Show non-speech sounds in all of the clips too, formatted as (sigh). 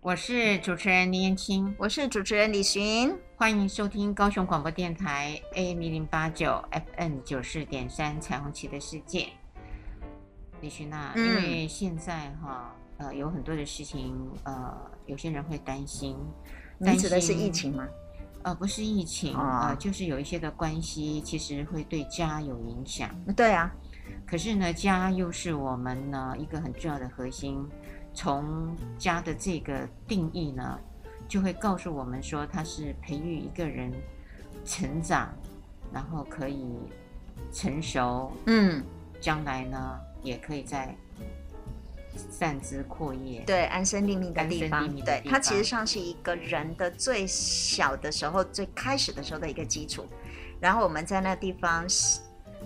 我是主持人林燕青，我是主持人李寻。欢迎收听高雄广播电台 AM 一零八九 FM 九四点三《彩虹旗的世界》。李寻啊，因嗯为现在哈、呃有很多的事情，呃有些人会担心，你指的是疫情吗？呃不是疫情啊、哦呃就是有一些的关系，其实会对家有影响。对啊，可是呢，家又是我们呢一个很重要的核心。从家的这个定义呢，就会告诉我们说，它是培育一个人成长，然后可以成熟，嗯，将来呢也可以在散枝阔叶。对，安身立命的地安方身立，命的对地，方它其实上是一个人的最小的时候、最开始的时候的一个基础。然后我们在那地方是，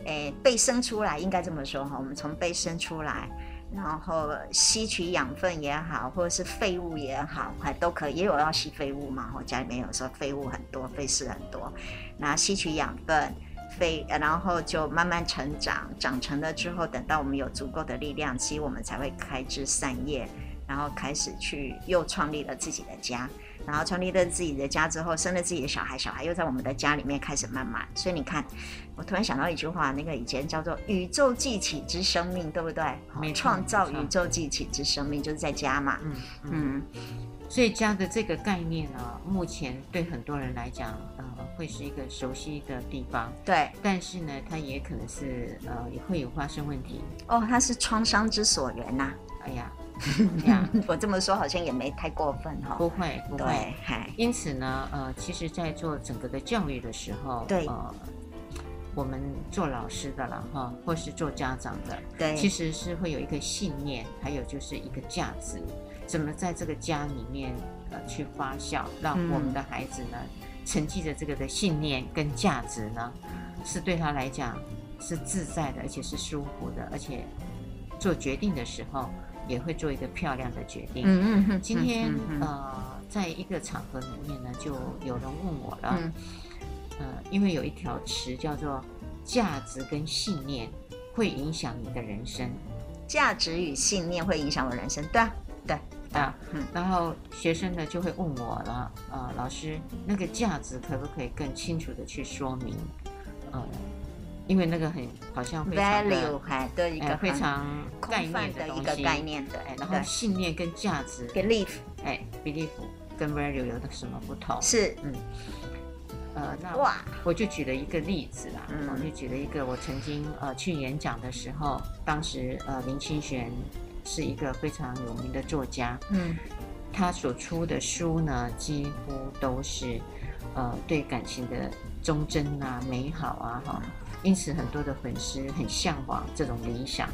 诶，被生出来，应该这么说哈，我们从被生出来，然后吸取养分也好，或者是废物也好，还都可以，也有要吸废物嘛，我家里面有时候废物很多，废事很多，那吸取养分。废，呃然后就慢慢成长，长成了之后，等到我们有足够的力量，其实我们才会开枝散叶，然后开始去又创立了自己的家，然后创立了自己的家之后，生了自己的小孩，小孩又在我们的家里面开始慢慢。所以你看，我突然想到一句话，那个以前叫做“宇宙记起之生命”，对不对？好没错创造没错宇宙记起之生命，就是在家嘛。嗯嗯。嗯，所以家的这个概念呢，目前对很多人来讲，呃，会是一个熟悉的地方，对。但是呢，它也可能是呃也会有发生问题。哦，它是创伤之所源呐、哎呀，哎呀， (laughs) (laughs) 我这么说好像也没太过分哈、不会不会。对，嗨，因此呢，呃，其实，在做整个的教育的时候，对呃，我们做老师的啦哈，或是做家长的，对，其实是会有一个信念，还有就是一个价值，怎么在这个家里面呃去发酵，让嗯我们的孩子呢，承继着这个的信念跟价值呢，是对他来讲是自在的，而且是舒服的，而且做决定的时候也会做一个漂亮的决定。嗯嗯嗯，今天嗯嗯嗯呃，在一个场合里面呢，就有人问我了，嗯呃，因为有一条词叫做“价值跟信念会影响你的人生价值与信念会影响我人生，对啊，对，”啊，嗯然后学生呢就会问我了，呃，老师，那个价值可不可以更清楚的去说明？呃，因为那个很好像非常的，value 还对一呃个非很常概空泛念的的东一西，个概念的哎，，然后对信念跟价值， ，belief 哎，belief 跟 value 有什么不同？是嗯呃，那哇，我就举了一个例子啦，哦嗯我就举了一个我曾经呃去演讲的时候，当时呃林清玄是一个非常有名的作家，嗯他所出的书呢几乎都是呃对感情的忠贞啊、美好啊哈，因此很多的粉丝很向往这种理想，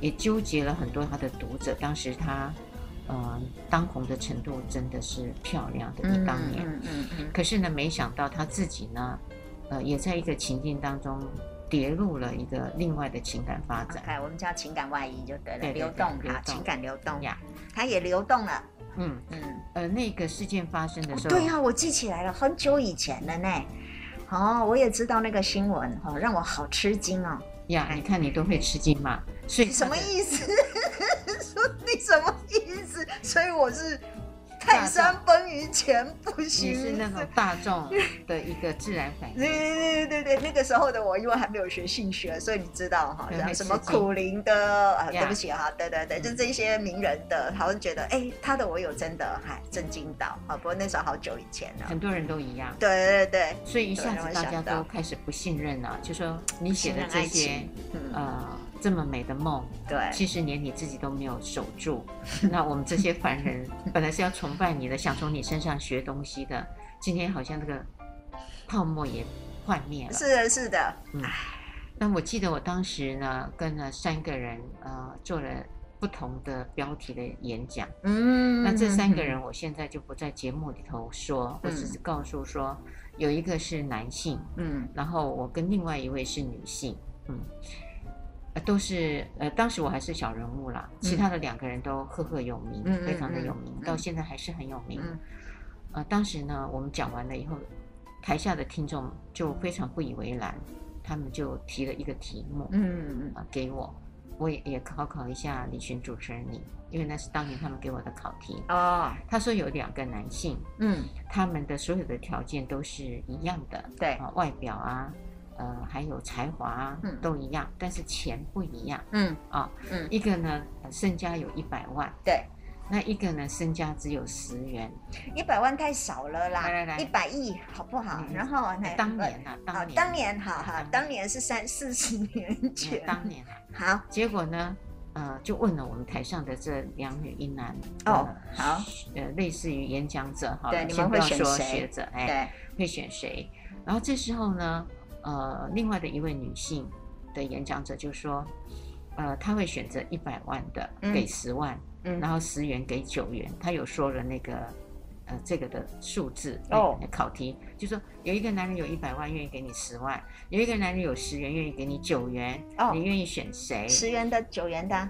也纠结了很多他的读者。当时他呃当红的程度真的是漂亮的，嗯比当年。嗯嗯嗯，可是呢，没想到他自己呢，呃，也在一个情境当中跌入了一个另外的情感发展 OK，我们叫情感外移就对对了，对流对动流哈，动情感流动，呀。它也流动了，嗯，哦嗯。呃，那个事件发生的时候，对啊，我记起来了，很久以前了呢。哦，我也知道那个新闻，哦，让我好吃惊哦。呀，你看你都会吃惊嘛，所以什么他的意思？说你什么意思？所以我是泰山崩于前不你行。是那种大众的一个自然反对 (laughs) 应。对对对对，那个时候的我，因为还没有学性学，所以你知道哈，对像会什吃么苦灵的啊，呀对不起哈，对对对，就这些名人的，好像觉得哎，他的我有真的还震惊到啊，不过那时候好久以前了。很多人都一样，对对对，所以一下子大对让家我想到都开始不信任了，就说你写的这不信任爱些情嗯，呃这么美的梦，对。其实连你自己都没有守住。那我们这些凡人本来是要崇拜你的，想从你身上学东西的，今天好像这个泡沫也幻灭了。是的，是的，那我记得我当时呢，跟了三个人，呃，做了不同的标题的演讲。嗯那这三个人，我现在就不在节目里头说，我嗯只是告诉说，有一个是男性，嗯，然后我跟另外一位是女性，嗯，呃、都是呃，当时我还是小人物啦，其他的两个人都赫赫有名，嗯嗯嗯非常的有名，嗯嗯到现在还是很有名。嗯呃，当时呢，我们讲完了以后，台下的听众就非常不以为然，他们就提了一个题目嗯嗯啊、给我，我也也考考一下李群主持人你，因为那是当年他们给我的考题。哦，他说有两个男性，嗯，他们的所有的条件都是一样的，对，啊，外表啊，呃，还有才华啊嗯，都一样，但是钱不一样嗯，啊。嗯一个呢呃身家有一百万，对，那一个呢身家只有十元。一百万太少了来来啦，来一百亿好不好？嗯然后哎当年啊，呃哦当，年，当年好哈当，年当年是三四十年嗯前，当年啊，好结果呢，呃，就问了我们台上的这两女一男哦呃，好，呃，类似于演讲者哈，对你先不们会要选说谁学者，哎，对，会选谁？然后这时候呢，呃，另外的一位女性的演讲者就说，呃，她会选择一百万的嗯给十万，嗯然后十元给九元，她有说了那个。呃，这个的数字哦那个考题就说有一个男人有一百万，愿意给你十万；有一个男人有十元，愿意给你九元。哦你愿意选谁？十元的九元的，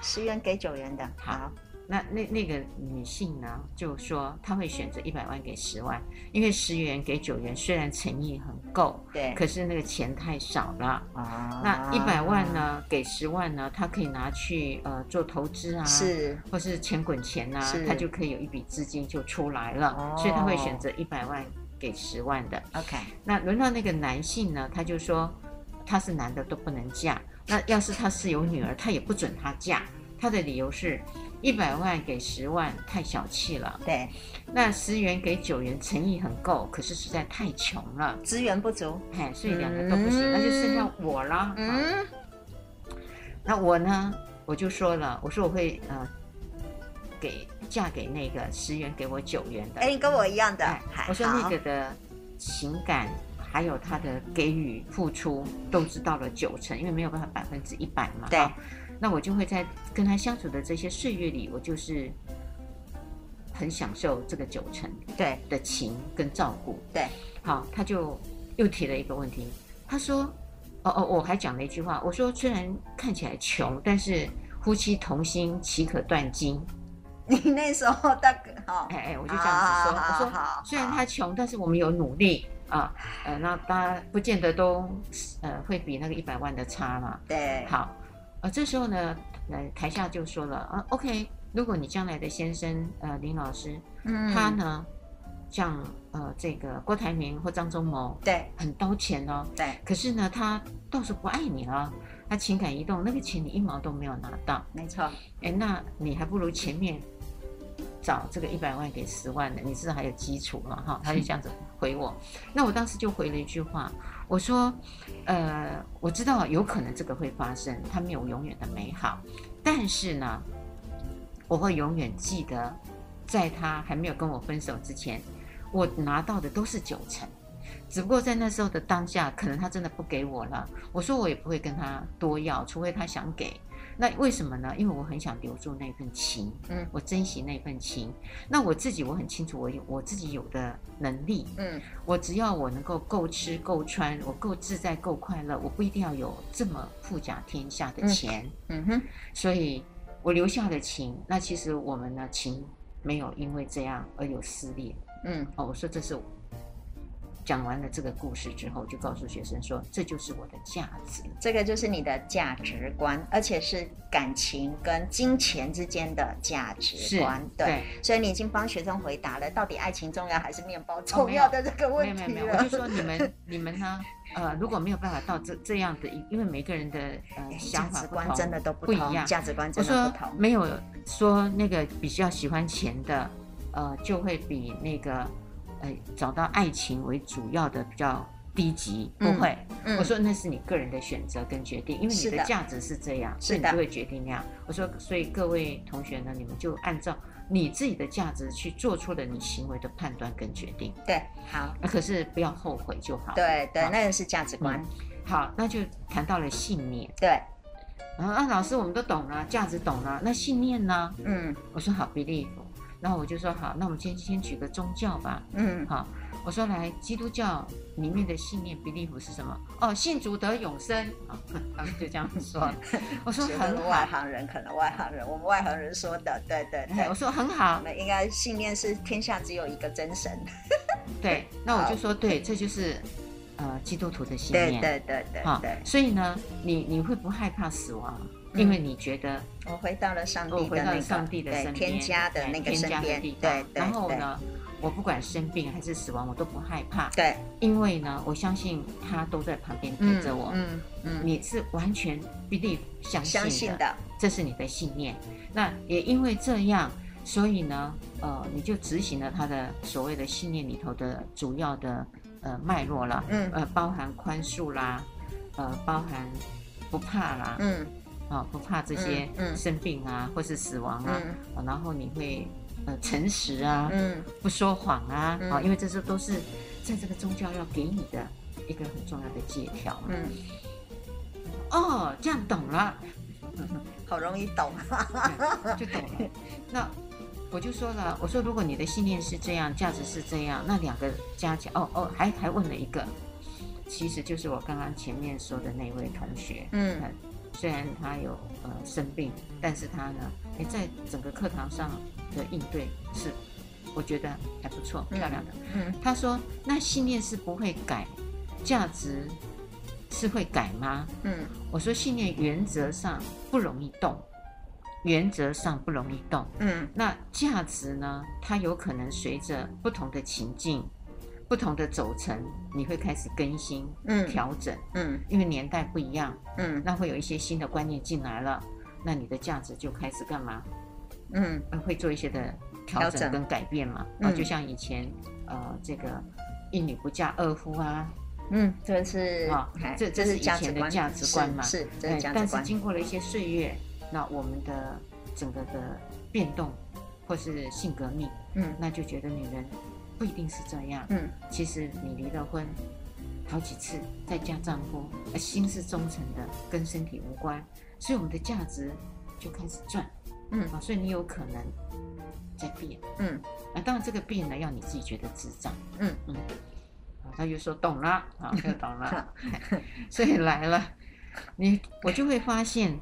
十元给九元的，好好，那那那个女性呢，就说她会选择一百万给十万，因为十元给九元虽然诚意很够，对，可是那个钱太少了。啊那一百万？呢，给十万呢，她可以拿去呃做投资啊，是或是钱滚钱啊是，她就可以有一笔资金就出来了，哦所以她会选择一百万给十万的。 OK，那轮到那个男性呢，他就说他是男的都不能嫁，那要是他是有女儿，他也不准他嫁。他的理由是，一百万给十万太小气了，对，那十元给九元诚意很够，可是实在太穷了，资源不足，嘿，所以两个都不行，嗯那就剩下我啦。啊嗯，那我呢，我就说了，我说我会呃给嫁给那个十元给我九元的，哎，你跟我一样的哎，还我说那好个的情感，还有他的给予付出，都知道了九成，因为没有办法百分之一百嘛。对啊那我就会在跟他相处的这些岁月里，我就是很享受这个九成对的情跟照顾。对，好，他就又提了一个问题，他说：“哦哦，我还讲了一句话，我说虽然看起来穷，但是夫妻同心，岂可断金？”你那时候大哥哈，哎哎，我我就这样子说，我说。啊好，虽然他穷，但是我们有努力啊，呃，那当然不见得都呃会比那个一百万的差嘛。对好，呃，这时候呢，呃，台下就说了啊，OK，如果你将来的先生呃林老师，嗯他呢，像呃这个郭台铭或张忠谋对很刀钱哦，对，可是呢他倒是不爱你了，他情感移动那个钱你一毛都没有拿到，没错，哎，那你还不如前面找这个一百万给十万的，你至少还有基础嘛哈。他就这样子回我，那我当时就回了一句话，我说，呃，我知道有可能这个会发生，它没有永远的美好，但是呢，我会永远记得，在他还没有跟我分手之前，我拿到的都是九成。只不过在那时候的当下，可能他真的不给我了。我说我也不会跟他多要，除非他想给。那为什么呢？因为我很想留住那份情，嗯我珍惜那份情。那我自己我很清楚，我有我自己有的能力，嗯我只要我能够够吃够穿，我够自在够快乐，我不一定要有这么富甲天下的钱。嗯哼，所以，我留下了情。那其实我们呢，情没有因为这样而有撕裂。嗯哦，我说这是我讲完了这个故事之后，就告诉学生说，这就是我的价值。这个就是你的价值观，而且是感情跟金钱之间的价值观。对，所以你已经帮学生回答了，到底爱情重要还是面包重要的这个没问有没题有了。没有，我就说你 (laughs) 们你们呢，呃，如果没有办法到这这样的一，因为每个人的呃哎价想法值不观同，真的都不不一同，样价值观我真的说不同。没有说那个比较喜欢钱的，呃，就会比那个呃找到爱情为主要的比较低级，不嗯会。嗯我说那是你个人的选择跟决定，因为你是的的价值是这样，是所以你的就会决定那样。我说，所以各位同学呢，你们就按照你自己的价值去做出了你行为的判断跟决定，嗯对，好，那可是不要后悔就好。，对对，好那个是价值嗯观。好，那就谈到了信念。对，然后啊，老师我们都懂了，价值懂了，那信念呢？嗯我说好，believe。然后我就说好，那我们今天先举个宗教吧。嗯，好，我说来，基督教里面的信念 belief 是什么？哦，信主得永生。啊，他们就这样说。我说觉很得外好，行人可能外行人，我们外行人说的，对对哎，对我。说很好我，们应该信念是天下只有一个真神，对。那我就说对，这就是呃基督徒的信对念。对对对啊对，嗯所以呢，你你会不害怕死亡？因为你觉得我哦回到了上我帝哦回的到那了个上帝的对身边，添加的哎那个添身加的边，地对方，对然后对呢，我不管生病还是死亡，我都不害怕，对，因为呢，我相信他都在旁边陪着我。嗯嗯，嗯你是完全 believe 相信的，相信的，这是你的信念。那也因为这样，所以呢，呃，你就执行了他的所谓的信念里头的主要的呃脉络了，嗯呃，包含宽恕啦，呃，包含不怕啦，嗯啊、不怕这些嗯嗯生病啊，或是死亡啊，嗯啊然后你会呃诚实啊，嗯不说谎啊，嗯啊，因为这些都是在这个宗教要给你的一个很重要的借条嘛。嗯，哦，这样懂了，好容易懂，(laughs) 啊就懂了。那我就说了，我说如果你的信念是这样，价值是这样，那两个加起来，哦哦，还还问了一个，其实就是我刚刚前面说的那位同学，嗯呃虽然他有呃生病，但是他呢，诶，在整个课堂上的应对是，我觉得还不错，嗯漂亮的。嗯他说，那信念是不会改，价值是会改吗？嗯我说信念原则上不容易动，原则上不容易动。嗯那价值呢？它有可能随着不同的情境、不同的走程，你会开始更新、嗯调整，嗯因为年代不一样，嗯那会有一些新的观念进来了，那你的价值就开始干嘛？嗯呃会做一些的调调整整跟改变嘛？啊，嗯就像以前呃这个一女不嫁二夫啊，嗯，这是啊哎这这是以前的价值观嘛是是这是哎价值但是观，经过了一些岁月，那我们的整个的变动或是性革命，嗯那就觉得女人不一定是这样。嗯其实你离了婚好几次，再嫁丈夫，呃心是忠诚的，跟身体无关，所以我们的价值就开始转嗯啊，所以你有可能在变嗯啊。当然，这个变呢，要你自己觉得智障。嗯嗯。啊他就说懂了啊，就懂了，所以来了，你我就会发现，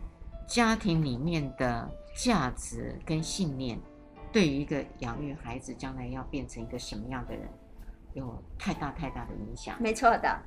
家庭里面的价值跟信念，对于一个养育孩子将来要变成一个什么样的人，有太大太大的影响。没错的，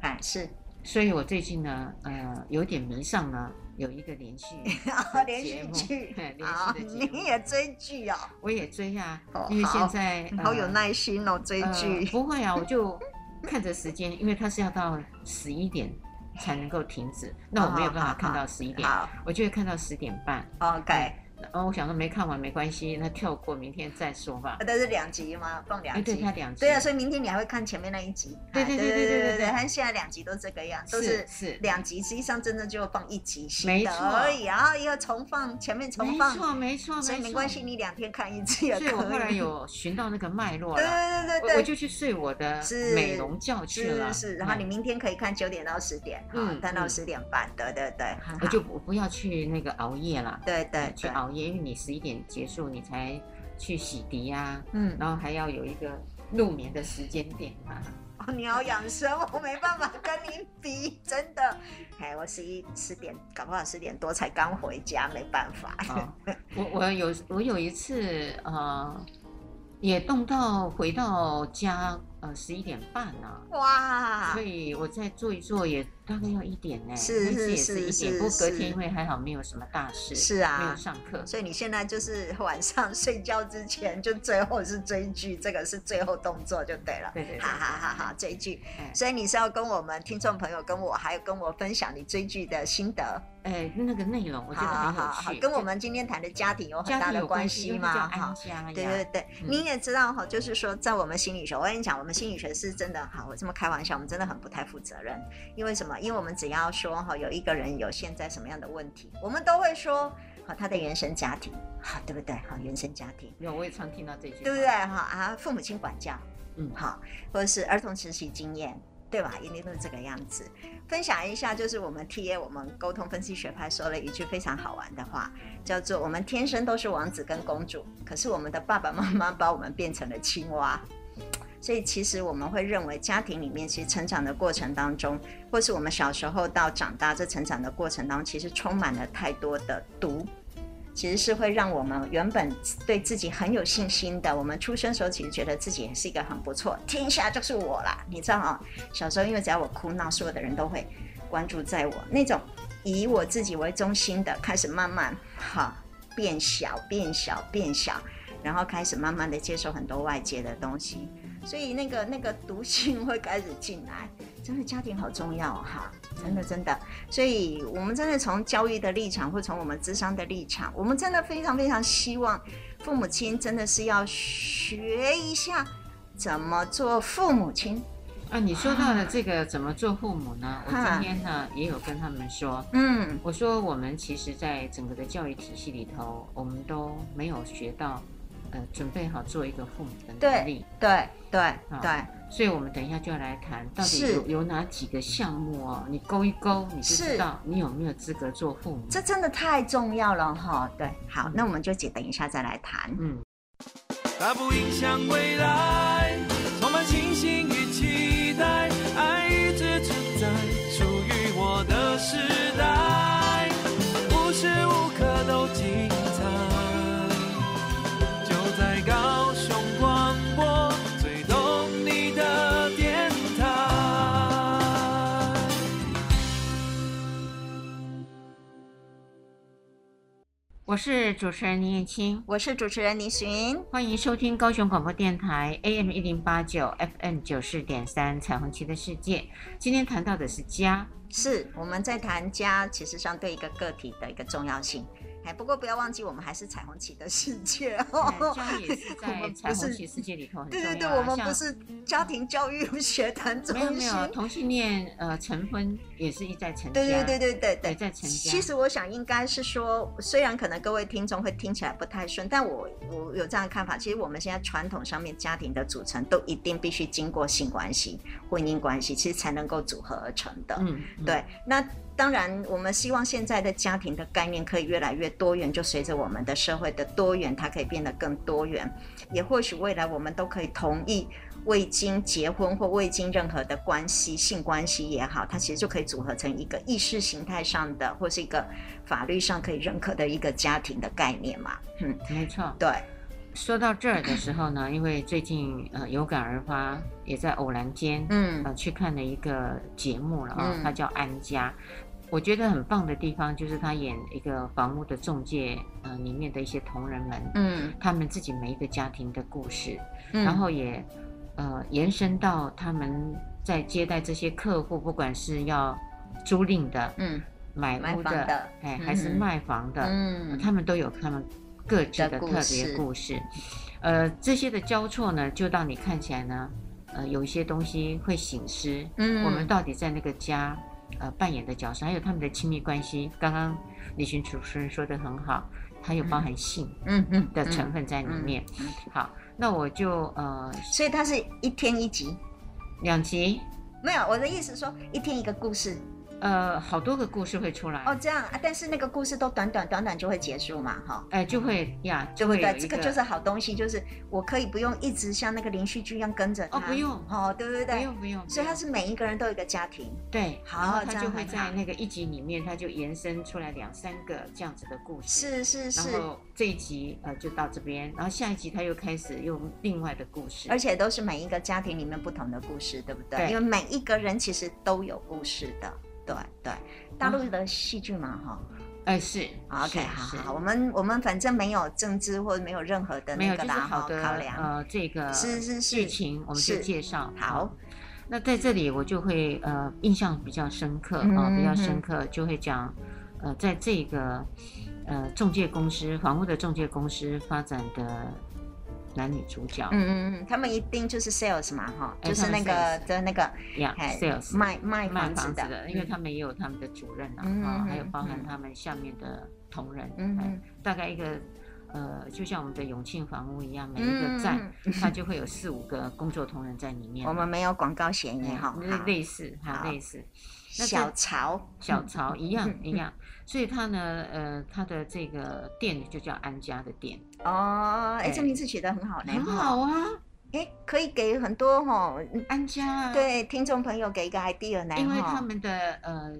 哎 (laughs) (laughs) 是，所以我最近呢，呃，有点迷上呢，有一个连 (laughs) 续的哦连节续目剧嘿连啊，续的节你目，也追剧哦，我也追呀、哦因为好现在、你呃好有耐心哦，追呃剧， (laughs) 不会啊，我就看着时间，因为它是要到十一点才能够停止，那我没有办法啊看到十一点， (laughs) 好我就会看到十点半。 ，OK，然后我想说没看完没关系，那跳过明天再说吧。但啊是两集吗？放哎，两对，集它。两集，对啊，所以明天你还会看前面那一集。对哎对对对对对对对对它现在两集都这个样，都是是是，两集，实际上真正就放一集新没的错而已，然后又重放前面重没放，错没错，所以没错关系，。你两天看一次也所可以我后来以。有寻到那个脉络对了。对我我对对。就去睡我的是美容觉去了，是是，然后你嗯明天可以看九点到十点，嗯嗯，看到嗯十点半，对对对，很我好就不不要去那个熬夜了，对对去对，熬夜，因为你十一点结束，你才去洗涤啊，嗯，然后还要有一个入眠的时间点 (laughs) 嘛。哦，你好养生， (laughs) 我没办法跟你比，真的。哎，我十一十点，搞不好十点多才刚回家，没办法。啊、我我有我有一次呃，也冻到回到家呃十一点半了、哇所，以我再做一做也大概要一点呢、啊是但也是是一是点，不过隔是天因为还好没有什么大事，是没有啊，上课，所以你现在就是晚上 (laughs) 睡觉之前，就最后是追剧，这个是最后动作就对了。对对对哈哈哈哈，追剧。哎所以你是要跟我们听众朋友，跟我还有跟我分享你追剧的心得，哎那个内容我觉得很有趣，跟我们今天谈的家庭有家很大庭的有关系系因为它嘛？叫哈安，家呀，对对对，嗯你也知道哈，就是说，在我们心理学，我跟你讲，我们心理学是真的哈，我这么开玩笑，我们真的很不太负责任。因为什么？因为我们只要说哈，有一个人有现在什么样的问题，我们都会说好他的原生家庭，好对不对？好原生家庭，有我也常听到这句话，对不对？哈啊，父母亲管教，嗯好，或者是儿童时期经验。对吧？一定都是这个样子。分享一下，就是我们 T A 我们沟通分析学派说了一句非常好玩的话，叫做“我们天生都是王子跟公主，可是我们的爸爸妈妈把我们变成了青蛙”。所以其实我们会认为，家庭里面其实成长的过程当中，或是我们小时候到长大这成长的过程当中，其实充满了太多的毒。其实是会让我们原本对自己很有信心的，我们出生时候其实觉得自己也是一个很不错，天下就是我啦，你知道啊、小时候因为只要我哭闹，所有的人都会关注在我，那种以我自己为中心的，开始慢慢哈变小、变小、变小，然后开始慢慢的接受很多外界的东西，所以那个那个毒性会开始进来。真的，家庭好重要哦哈、真的真的。所以我们真的从教育的立场，或从我们智商的立场，我们真的非常非常希望父母亲真的是要学一下怎么做父母亲。啊，你说到了这个怎么做父母呢？我啊今天呢也有跟他们说，嗯我说我们其实，在整个的教育体系里头，我们都没有学到，呃，准备好做一个父母的能力。，对对啊对，所以我们等一下就要来谈，到底是有有哪几个项目哦？你勾一勾，你就是知道你有没有资格做父母。这真的太重要了哈。对，好，那我们就等等一下再来谈。嗯，它不影响未来，充满信心与期待，爱一直存在，属于我的时代，无时无刻都精彩。就在高雄广播最懂你的电台。我是主持人林燕青，我是主持人李寻，欢迎收听高雄广播电台 AM 一零八九 FM 九四点三《彩虹旗的世界》。今天谈到的是家，是我们在谈家，其实上对一个个体的一个重要性。哎，不过不要忘记，我们还是彩虹旗的世界呃哦。家也是 (laughs) 我在们彩不虹是旗世界里头很重对要啊。对对，我们像不是家庭教育学堂中没有没心。有，同性恋呃成婚也是一再成家，对对对对对对对，在成家其实我想应该是说，虽然可能各位听众会听起来不太顺，但我我有这样的看法。其实我们现在传统上面家庭的组成都一定必须经过性关系、婚姻关系，其实才能够组合而成的。嗯，嗯，对，那当然，我们希望现在的家庭的概念可以越来越多元，就随着我们的社会的多元，它可以变得更多元。也或许未来我们都可以同意，未经结婚或未经任何的关系，性关系也好，它其实就可以组合成一个意识形态上的，或是一个法律上可以认可的一个家庭的概念嘛。嗯，没错。对，说到这儿的时候呢，因为最近呃有感而发，也在偶然间、嗯呃去看了一个节目了啊、嗯它叫《安家》。我觉得很棒的地方就是他演一个房屋的中介，呃，里面的一些同仁们，嗯他们自己每一个家庭的故事，嗯，然后也呃延伸到他们在接待这些客户，不管是要租赁的、嗯买买屋房的哎，还是嗯哼卖房的，嗯，他们都有他们各自的的故特别事故事。呃，这些的交错呢，就让你看起来呢，呃，有一些东西会醒思，嗯我们到底在那个家。呃，扮演的角色，还有他们的亲密关系，刚刚李寻主持人说的很好，它有包含性嗯嗯的成分在里面。嗯嗯好，那我就呃所以它是一天一集。两集，没有，我的意思说一天一个故事呃，好多个故事会出来，哦，这样啊，但是那个故事都短短短短就会结束嘛，哈。呃，就会呀，对就不会有对？一这个就是好东西，就是我可以不用一直像那个连续剧一样跟着他，哦不用哦，对不不对？用不用，所不以他用是每一个人都有一个家庭，对，好然后这他样就会很在好那个一集里面，他就延伸出来两三个这样子的故事。是是是，然后这一集呃就到这边，然后下一集他又开始用另外的故事，而且都是每一个家庭里面不同的故事，对不对？对因为每一个人其实都有故事的，对对。大陆的戏剧嘛，哈、啊呃是，OK，是好是好，我们我们反正没有政治或者没有任何的没有那就个是啦，哈好的考量。呃这个是是是剧情我们就是介绍好，那在这里我就会呃印象比较深刻啊、嗯比较深刻，就会讲呃在这个呃中介公司房屋的中介公司发展的男女主角，嗯嗯嗯，他们一定就是 sales 嘛，哈，哎就是那他个们的那个呀、哎 sales 卖卖卖房房子子的，的，因为他们也有他们的主任啊，嗯啊嗯还有包含嗯他们下面的同仁，嗯哎嗯大概一个呃就像我们的永庆房屋一样，每嗯一个站、嗯他就会有四五个工作同仁在里面，我们没有广告嫌疑哎哈，类好类似哈好类似。那这小潮，小曹一样嗯一样，所以他呢，呃，他的这个店就叫安家的店，哦，哎，哎这名字取得很好呢，很哈，好啊，哎，可以给很多哈，嗯安家啊，，对听众朋友给一个 idea 呢，因为哈他们的呃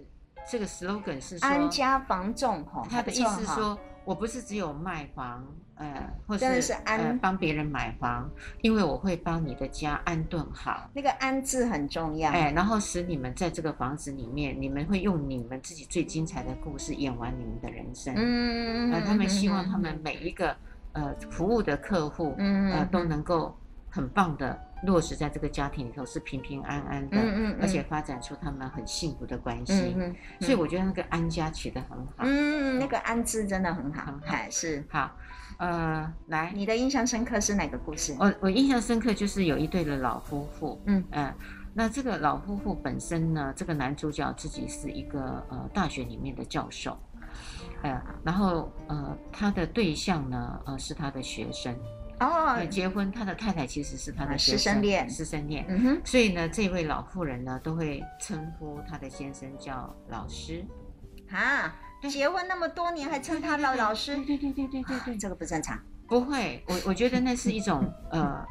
这个 slogan 是说，安家防重哈，他的意思哦不是错哈，说，我不是只有卖房，呃，或真的是是安呃帮别人买房，因为我会帮你的家安顿好。那个安置很重要。哎，然后使你们在这个房子里面，你们会用你们自己最精彩的故事演完你们的人生。嗯呃，他们希望嗯他们每一个呃服务的客户，嗯呃，都能够很棒的落实在这个家庭里头，是平平安安的，嗯嗯，而且发展出他们很幸福的关系。嗯嗯，所以我觉得那个安家取得很好。嗯那个安置真的很好很，好哎是。好，呃，来，你的印象深刻是哪个故事？我我印象深刻就是有一对的老夫妇，嗯呃，那这个老夫妇本身呢，这个男主角自己是一个呃大学里面的教授，呃，然后呃他的对象呢，呃是他的学生，哦呃，结婚他的太太其实是他啊的师学生生恋师生恋，嗯哼，所以呢，这位老妇人呢都会称呼他的先生叫老师，啊，对结婚那么多年还称他老老师对，对对对对对对这个不正常。不会，我我觉得那是一种呃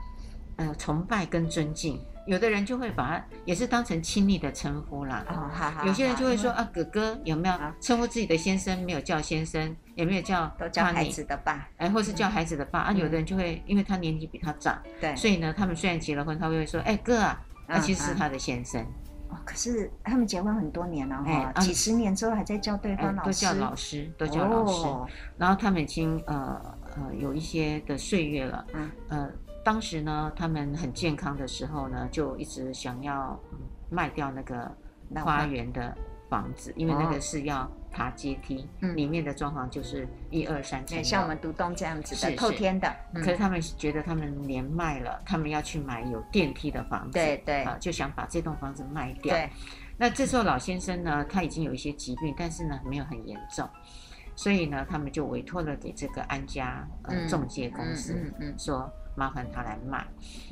呃崇拜跟尊敬。有的人就会把它也是当成亲昵的称呼啦。哦，好好。有些人就会说好啊，哥哥有没有啊称呼自己的先生没有叫先生，也没有叫都叫孩 Tony，子的爸，哎，或是叫孩子的爸啊。嗯有的人就会因为他年纪比他长，对。所以呢，他们虽然结了婚，他会说，哎哥啊，那嗯其实是嗯他的先生，哦，可是他们结婚很多年了哈哎，啊几十年之后还在叫对哎方老都师，叫老师，都叫老师。哦然后他们已经呃呃有一些的岁月了，嗯，呃，当时呢，他们很健康的时候呢，就一直想要嗯卖掉那个那花我园的房子，因为那哦个是要爬阶梯，嗯里面的装潢就是一二三层对，楼，像我们独栋这样子是的是透天的，嗯可是他们觉得他们连卖了，他们要去买有电梯的房子，对对啊，就想把这栋房子卖掉。对，那这时候老先生呢，他已经有一些疾病，但是呢没有很严重，所以呢他们就委托了给这个安家呃嗯中介公司，嗯嗯说麻烦他来卖。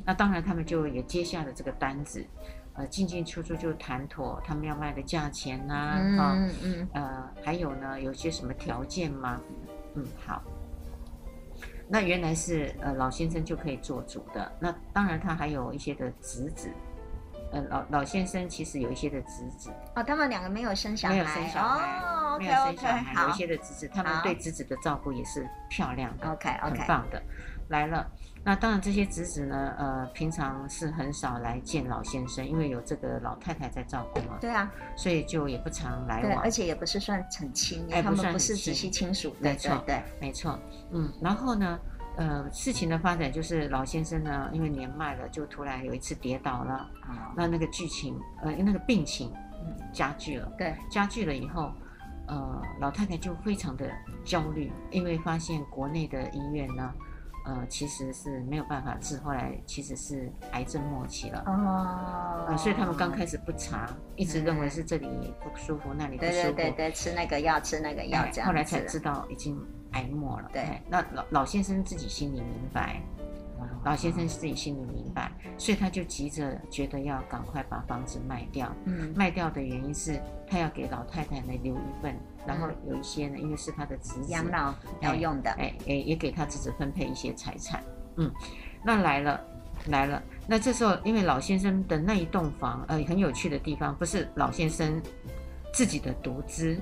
那当然他们就也接下了这个单子，呃进进出出就谈妥他们要卖的价钱呐、啊，嗯啊嗯嗯呃，还有呢，有些什么条件吗？嗯，好。那原来是呃老先生就可以做主的，那当然他还有一些的侄子，呃老老先生其实有一些的侄子哦，他们两个没有生小孩，没有生小孩，哦没，OK 有生小 OK，孩，有一好些的侄子，他们好对侄子的照顾也是漂亮的。 ，OK 很 OK，棒的，来了。那当然，这些侄子呢，呃，平常是很少来见老先生，因为有这个老太太在照顾嘛，对啊，所以就也不常来对，往而。且也不是算很亲，因哎为他不们算不很是直亲系亲属，对没对错对，没错，嗯，然后呢，呃，事情的发展就是老先生呢，因为年迈了，就突然有一次跌倒了，哦，那那个剧情，呃，那个病情嗯加剧了，对，加剧了以后，呃，老太太就非常的焦虑，因为发现国内的医院呢，呃，其实是没有办法治，后来其实是癌症末期了。哦，呃，所以他们刚开始不查，一直认为是这里不舒服，那里不对舒对服，对对，吃那个药，吃那个药哎，这样后来才子知道已经癌末了。对哎，那老老先生自己心里明白，哦老先嗯生自己心里明白，所以他就急着觉得要赶快把房子卖掉。嗯卖掉的原因是他要给老太太呢留一份，然后嗯有一些呢，因为是他的侄子，养老要用的，嗯哎，也也给他侄子分配一些财产。嗯，那来了，来了。那这时候，因为老先生的那一栋房，呃，很有趣的地方，不是老先生自己的独资，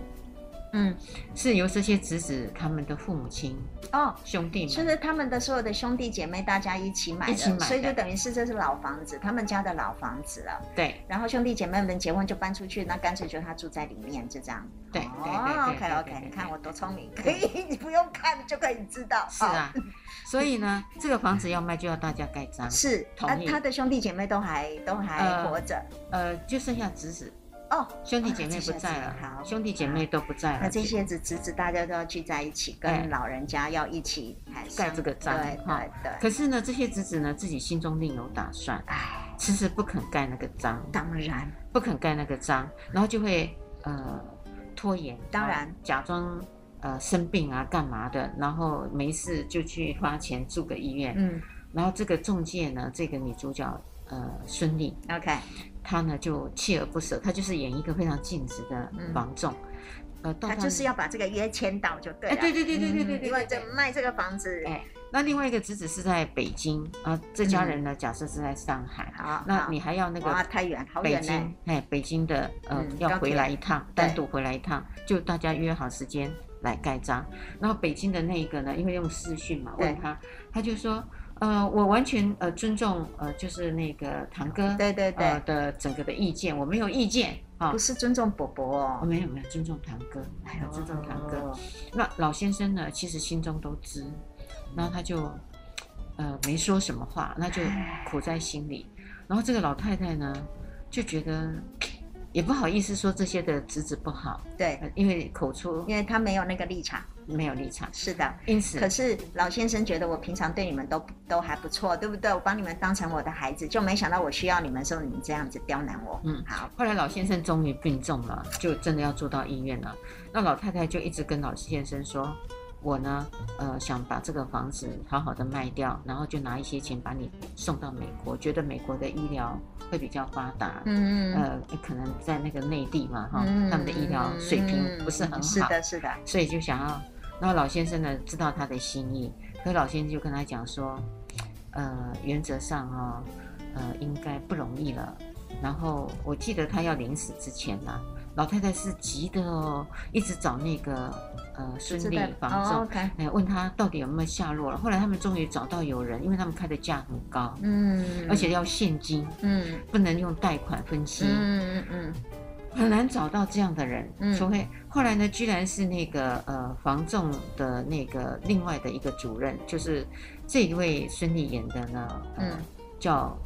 嗯，是由这些侄子他们的父母亲哦。兄弟就们，是他们的所有的兄弟姐妹，大家一起买的，一起买的所以就等于是这是老房子，他们家的老房子了。对然后兄弟姐妹们结婚就搬出去，那干脆就他住在里面，就这样。对对哦对对，OK 对 OK，对你对看我多聪明，可以你不用看就可以知道。哦是啊。 (laughs) 所以呢，这个房子要卖就要大家盖章哦，， (laughs) 是。同啊意他的兄弟姐妹都还都还呃活着。呃，就剩下侄子，哦，兄弟哦姐这妹些不在侄子了，好兄弟姐妹都不在那了，这些子侄子大家都要聚在一起，跟哎老人家要一起哎盖商这个章对哈对对，可是呢，这些侄子呢自己心中另有打算，哎，迟迟不肯盖那个章，当然不肯盖那个章，然后就会呃拖延，当然啊假装呃生病啊干嘛的，然后没事就去花钱住个医院，嗯然后这个中介呢，这个女主角呃孙俪， ，OK，她呢就锲而不舍，她就是演一个非常尽职的嗯房仲，呃，到他她就是要把这个约签到就对哎了。对对对对对对嗯对因为这对卖这个房子，哎，那另外一个侄子是在北京啊、这家人呢假设是在上海，好，那好你还要那个哇太远，好北远京呢，，哎，北京的呃、嗯要高铁回来一趟，对单独回来一趟，就大家约好时间来盖章。然后北京的那一个呢，因为用视讯嘛，对问他，他就说，呃，我完全呃尊重呃就是那个堂哥对对对，呃的整个的意见，我没有意见啊不。是尊重伯伯我哦，没有没有尊重堂哥，没有尊重堂哥。哦，那老先生呢，其实心中都知，然后他就呃没说什么话，那就苦在心里。然后这个老太太呢，就觉得也不好意思说这些的侄子不好，对，呃因为口出因为他没有那个立场，没有立场，是的。因此可是老先生觉得我平常对你们都都还不错，对不对？我把你们当成我的孩子，就没想到我需要你们的时候，你们这样子刁难我。嗯好，后来老先生终于病重了，就真的要住到医院了。那老太太就一直跟老先生说：“我呢，呃，想把这个房子好好的卖掉，然后就拿一些钱把你送到美国，觉得美国的医疗会比较发达。嗯呃，可能在那个内地嘛，哈、嗯他们的医疗水平不是很好，是的，是的，所以就想要。然后老先生呢，知道他的心意，可老先生就跟他讲说，呃，原则上哈、呃，应该不容易了。然后我记得他要临死之前呢、老太太是急的哦，一直找那个呃孙是俪的。房仲，哦，OK，哎，问他到底有没有下落了。后来他们终于找到有人，因为他们开的价很高，嗯，而且，要现金，嗯不能用贷款分期。嗯嗯嗯，很难找到这样的人，嗯除非后来呢，居然是那个呃房仲的那个另外的一个主任，就是这一位孙俪演的呢，呃、嗯叫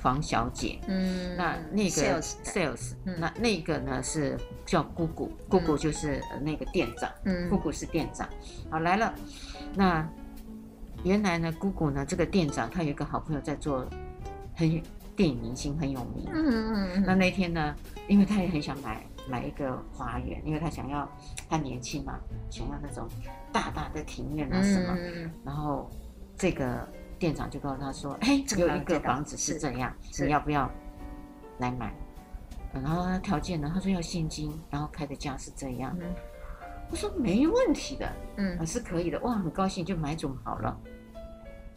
房小姐。嗯，那那个 sales 的 sales，嗯那那个呢是叫姑姑，姑姑就是呃那个店长，嗯姑姑是店长。好来了，那原来呢，姑姑呢这个店长他有一个好朋友在做很有电影明星很有名，嗯嗯那嗯那天呢，因为他也很想买买一个花园，因为他想要他年轻嘛，想要那种大大的庭院啊嗯什么。嗯然后这个店长就告诉他说：“哎，这个有房一子个这个房子是是这样，是你要不要来买？”呃然后他条件呢，他说要现金，然后开的价是这样。嗯我说没问题的，嗯呃是可以的。哇，很高兴就买主好了。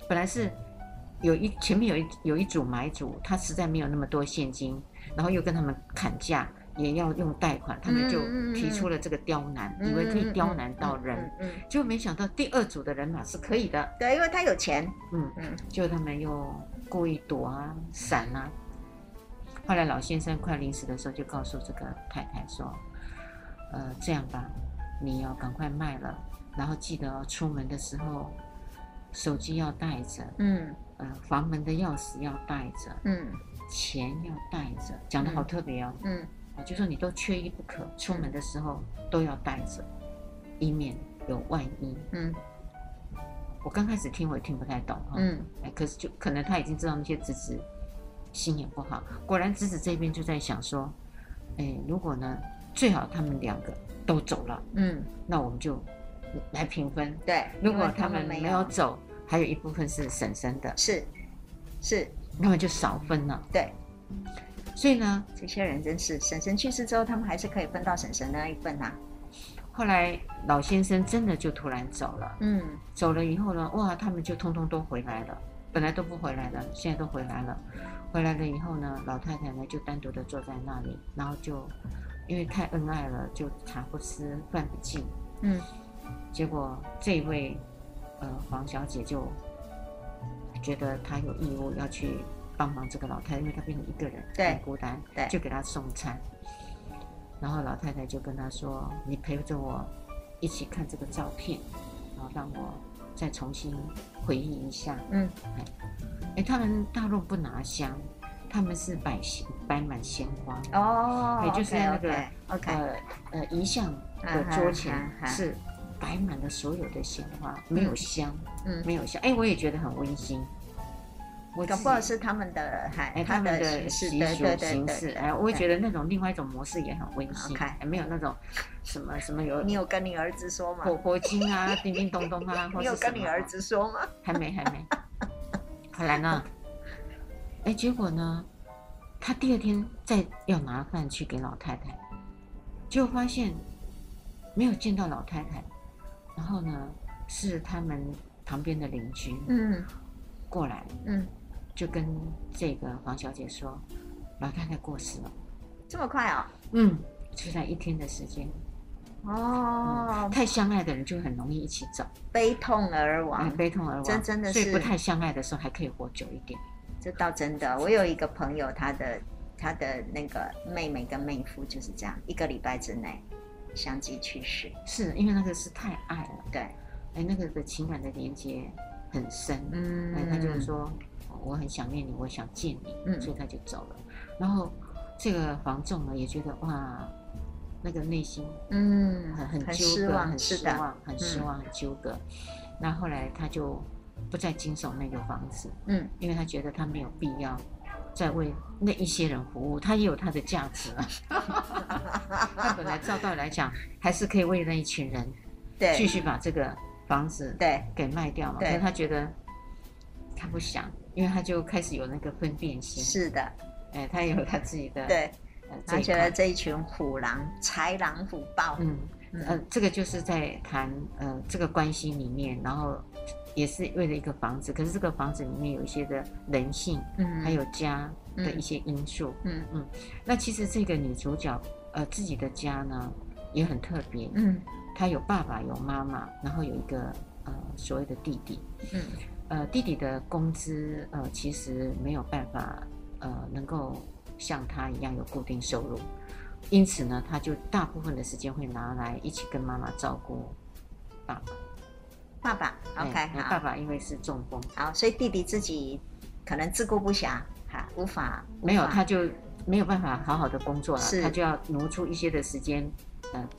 本来是有一前面有一有一组买主，他实在没有那么多现金，然后又跟他们砍价，也要用贷款，他们就嗯嗯嗯提出了这个刁难，嗯，以为可以刁难到人，嗯，嗯嗯嗯嗯结果没想到第二组的人马是可以的，对，因为他有钱，嗯，嗯就他们又故意躲啊、闪啊。后来老先生快临死的时候，就告诉这个太太说：“呃，这样吧，你要赶快卖了，然后记得、哦、出门的时候手机要带着，嗯呃，房门的钥匙要带着，嗯钱要带着。”讲的好特别哦，嗯啊，就说你都缺一不可，出门的时候都要带着，以免有万一。嗯我刚开始听我也听不太懂哈、嗯哎，可是就可能他已经知道那些侄子心眼不好，果然侄子这边就在想说，哎，如果呢，最好他们两个都走了，嗯，那我们就来平分。对，如因果为他们没没有走，还有一部分是婶婶的，是是，那么就少分了。对，所以呢，这些人真是婶婶去世之后，他们还是可以分到婶婶那一份啊。后来老先生真的就突然走了，嗯走了以后呢，哇，他们就通通都回来了，本来都不回来了，现在都回来了。回来了以后呢，老太太呢就单独的坐在那里，然后就因为太恩爱了，就茶不思饭不进。嗯结果这一位呃黄小姐就觉得她有义务要去帮忙这个老太太，因为她变成一个人，对很孤单，对就给她送餐。然后老太太就跟她说：“你陪着我一起看这个照片，然后让我再重新回忆一下。嗯”哎，他们大陆不拿香，他们是摆鲜摆满鲜花。哦，也就是那个 OK，啊呃呃遗像的桌前是摆满了所有的鲜花，没有香，嗯没有香。哎，我也觉得很温馨。我搞自己不好是他们的哎还他们的形式习对俗对对形式，对。哎，我会觉得那种另外一种模式也很温馨， OK 哎没有那种什么什么有你有跟你儿子说吗？火火精啊、叮叮咚咚啊，或 (laughs) 你是有什跟你么儿子说吗？还没还没。后来呢，哎，结果呢，他第二天再要拿饭去给老太太，结果发现没有见到老太太，然后呢，是他们旁边的邻居嗯过来，嗯，就跟这个黄小姐说，老太太过世了。这么快哦？嗯，就在一天的时间，哦，太相爱的人就很容易一起走，悲痛而亡哎，悲痛而亡。这真的所以是不太相爱的时候还可以活久一点。这倒真的。我有一个朋友，他的他的那个妹妹跟妹夫就是这样，一个礼拜之内相继去世。是因为那个是太爱了，对，哎，那个的情感的连接很深。嗯哎，他就是，说我很想念你，我想见你，嗯所以他就走了。然后这个黄仲呢也觉得哇，那个内心嗯，很很纠失葛，望，很是失的，望，很失嗯望，很纠葛。那后来他就不再经手那个房子， (laughs) 嗯，因为他觉得他没有必要再为那一些人服务，他也有他的价值 (laughs) 啊。他本来照道理来讲，还是可以为那一群人继对续把这个房子对，给卖掉嘛。可对是他觉得他不想，因为他就开始有那个分辨心，是的，哎，他也有他自己的对，呃这他一觉块得这一群虎狼豺狼虎豹，嗯，嗯呃，这个就是在谈呃这个关系里面，然后也是为了一个房子，可是这个房子里面有一些的人性，嗯还有家的一些因素。嗯那其实这个女主角呃自己的家呢也很特别，嗯她有爸爸有妈妈，然后有一个呃所谓的弟弟，嗯呃弟弟的工资呃其实没有办法呃能够像她一样有固定收入。因此呢，她就大部分的时间会拿来一起跟妈妈照顾爸爸。爸爸，OK，哎那爸好，爸因为是中风，好，所以弟弟自己可能自顾不暇，哈，无法，没有无法他就没有办法好好的工作了是，他就要挪出一些的时间，呃，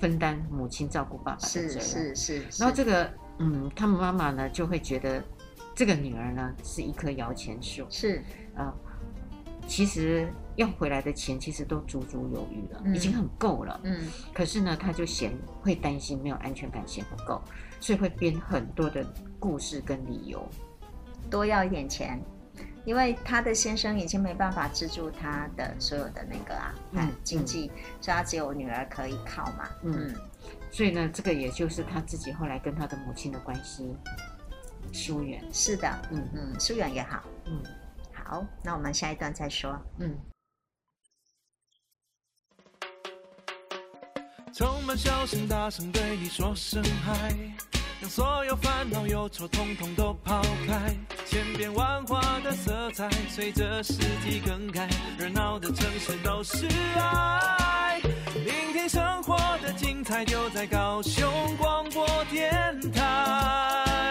分担母亲照顾爸爸的责是任。是是，是然后这个，嗯，他们妈妈呢就会觉得这个女儿呢是一棵摇钱树，是啊、其实要回来的钱其实都足足有余了，嗯已经很够了。嗯可是呢，他就嫌会担心没有安全感，嫌不够，所以会编很多的故事跟理由。多要一点钱。因为他的先生已经没办法资助他的所有的那个啊，嗯哎嗯经济，所以他只有女儿可以靠嘛。嗯嗯，所以呢，这个也就是他自己后来跟他的母亲的关系疏远。是的，嗯嗯，疏远也好。嗯好，那我们下一段再说。嗯，充满笑声，大声对你说声嗨，让所有烦恼忧愁统统都抛开。千变万化的色彩随着四季更改，热闹的城市都是爱。聆听生活的精彩，就在高雄广播电台。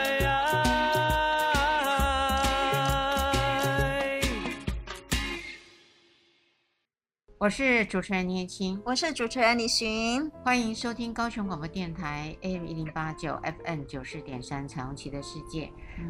我是主持人聂青，我是主持人李寻，欢迎收听高雄广播电台 AM 一零八九 FM 九四点三《彩虹旗的世界》。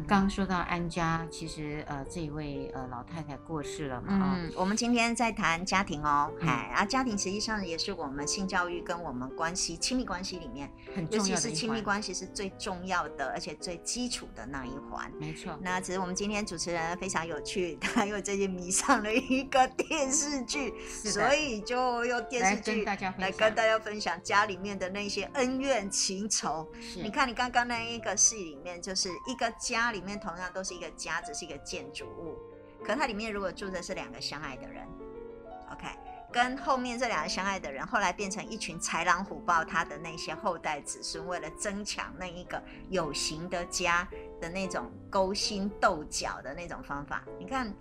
刚说到安家，其实呃这一位呃老太太过世了嘛啊、嗯，我们今天在谈家庭哦，嗯哎、啊，家庭实际上也是我们性教育跟我们关系、亲密关系里面，哦很尤重其要的是一亲密环，关系是最重要的，而且最基础的那一环。没错。那只是我们今天主持人非常有趣， (laughs) 他又最近迷上了一个电视剧，的所以就用电来视剧跟大家分来享，跟大家分享家里面的那些恩怨情仇。是你看，你刚刚那一个戏里面，就是一个家里面同样都是一个家，只是一个建筑物，可它里面如果住的是两个相爱的人，OK，跟后面这两个相爱的人，后来变成一群豺狼虎豹，他的那些后代子孙，为了争抢那一个有形的家的那种勾心斗角的那种方法，你看。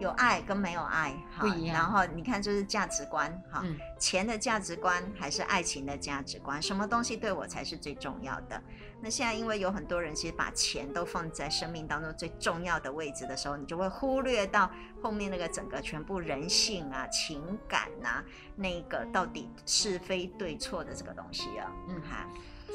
有爱跟没有爱，哈不一样然后你看，就是价值观，哈、嗯钱的价值观还是爱情的价值观，什么东西对我才是最重要的？那现在因为有很多人其实把钱都放在生命当中最重要的位置的时候，你就会忽略到后面那个整个全部人性啊、情感啊，那个到底是非对错的这个东西啊。嗯哈，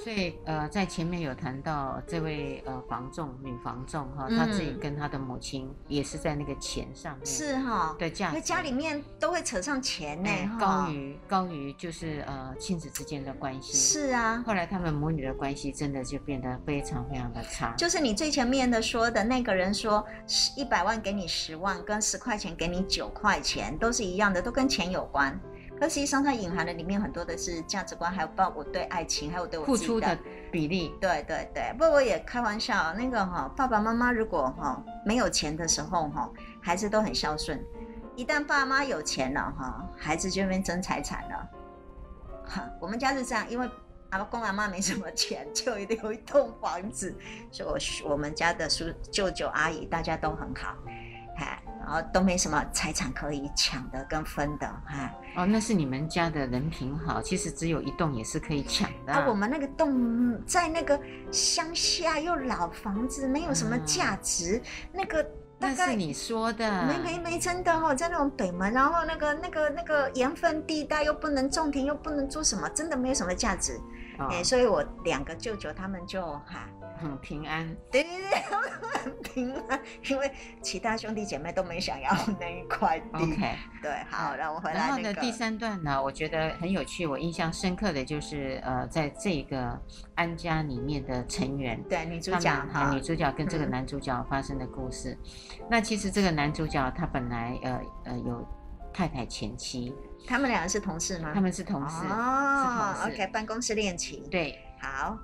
所以呃，在前面有谈到这位呃房仲女房仲哈，嗯她自己跟她的母亲也是在那个钱上面是哈、的价因值，为家里面都会扯上钱呢、哎哈高于高于就是呃亲子之间的关系。是啊。后来他们母女的关系真的就变得非常非常的差。就是你最前面的说的那个人说，一百万给你十万，跟十块钱给你九块钱，都是一样的，都跟钱有关。可实际上，它隐含的里面很多的是价值观，还有包括我对爱情，还有对我付自己出的比例对对对，不过我也开玩笑，啊那个哈、爸爸妈妈如果哈、没有钱的时候哈、孩子都很孝顺；一旦爸妈有钱了哈、孩子就那边争财产了。哈，我们家是这样，因为阿公阿妈没什么钱，就一定有一栋房子，所以我叔我们家的叔舅舅阿姨大家都很好，哎，然后都没什么财产可以抢的跟分的，哎，哦，那是你们家的人品好，其实只有一栋也是可以抢的、啊，我们那个洞在那个乡下又老房子，没有什么价值，那个大那概是你说的，没没没，真的哦，在那种北门，然后那个那个那个盐分地带又不能种田，又不能做什么，真的没有什么价值。哦哎、所以我两个舅舅他们就哈，很平安。对对对，他们很平安，因为其他兄弟姐妹都没想要那一块地。 OK，对，好，让我回然来后那呢，个。第三段呢，我觉得很有趣，我印象深刻的就是呃，在这个安家里面的成员，对女主他角们呃哈女，主角跟这个嗯男主角发生的故事。那其实这个男主角他本来呃呃有太太前妻，他们两个是同事吗？他们是同事，啊哦是同事 o k 办公室恋情。，对，好，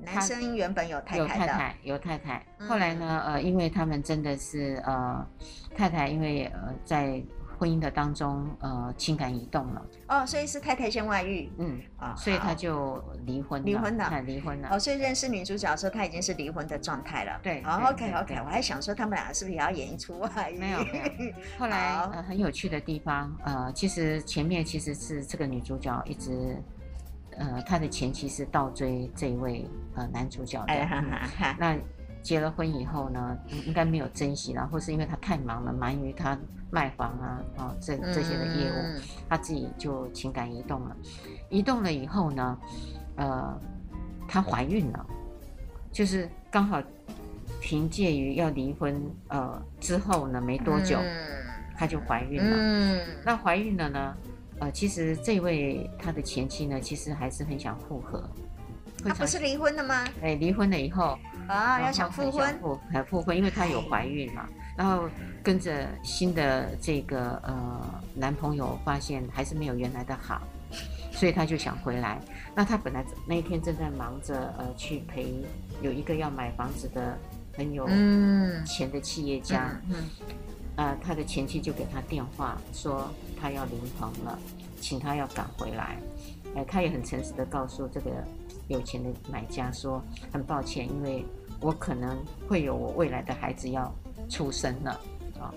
男他生原本有太有太太的，太，有太太。嗯后来呢，呃，因为他们真的是呃，太太因为呃在婚姻的当中呃情感移动了，哦，所以是太太先外遇。嗯，哦，所以好他就离婚了，离婚了哎离婚了哦，。所以认识女主角的时候，她已经是离婚的状态了。对哦对，OK 对 OK，对我还想说他们俩是不是也要演一出外遇？没有没 (laughs) 有后来好呃很有趣的地方，呃，其实前面其实是这个女主角一直，呃，她的前妻是倒追这一位呃男主角的，哎哈嗯哈哈，那结了婚以后呢，应应该没有珍惜啦，或是因为他太忙了，忙于他卖房啊，哦，这这些的业务，嗯他自己就情感移动了。移动了以后呢，呃，她怀孕了，就是刚好凭借于要离婚，呃，之后呢没多久，她就怀孕了。嗯，嗯那怀孕了呢，呃，其实这位她的前妻呢，其实还是很想复合，会啊，不常是离婚了吗？哎离婚了以后。啊，然要后想复很婚，复还复婚，因为她有怀孕嘛，然后跟着新的这个呃男朋友发现还是没有原来的好，所以她就想回来。那她本来那一天正在忙着呃去陪有一个要买房子的很有嗯，钱的企业家，嗯，嗯呃，她的前妻就给她电话说她要离婚了，请她要赶回来。哎、她也很诚实的告诉这个有钱的买家说，很抱歉，因为我可能会有我未来的孩子要出生了啊、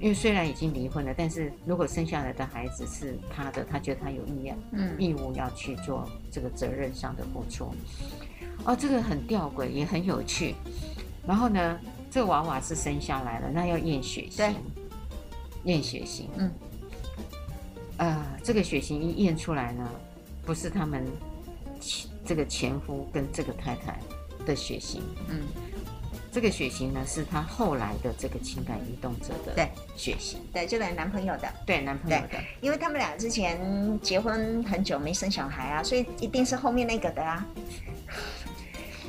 因为虽然已经离婚了，但是如果生下来的孩子是她的，她觉得她有义嗯，义务要去做这个责任上的付出。哦，这个很吊诡，也很有趣。然后呢，这娃娃是生下来了，那要验血型对，验血型，嗯，呃，这个血型一验出来呢，不是他们前这个前夫跟这个太太的血型，嗯，这个血型呢是他后来的这个情感移动者的对血型，对，就等于男朋友的，对男朋友的，因为他们俩之前结婚很久没生小孩啊，所以一定是后面那个的啊。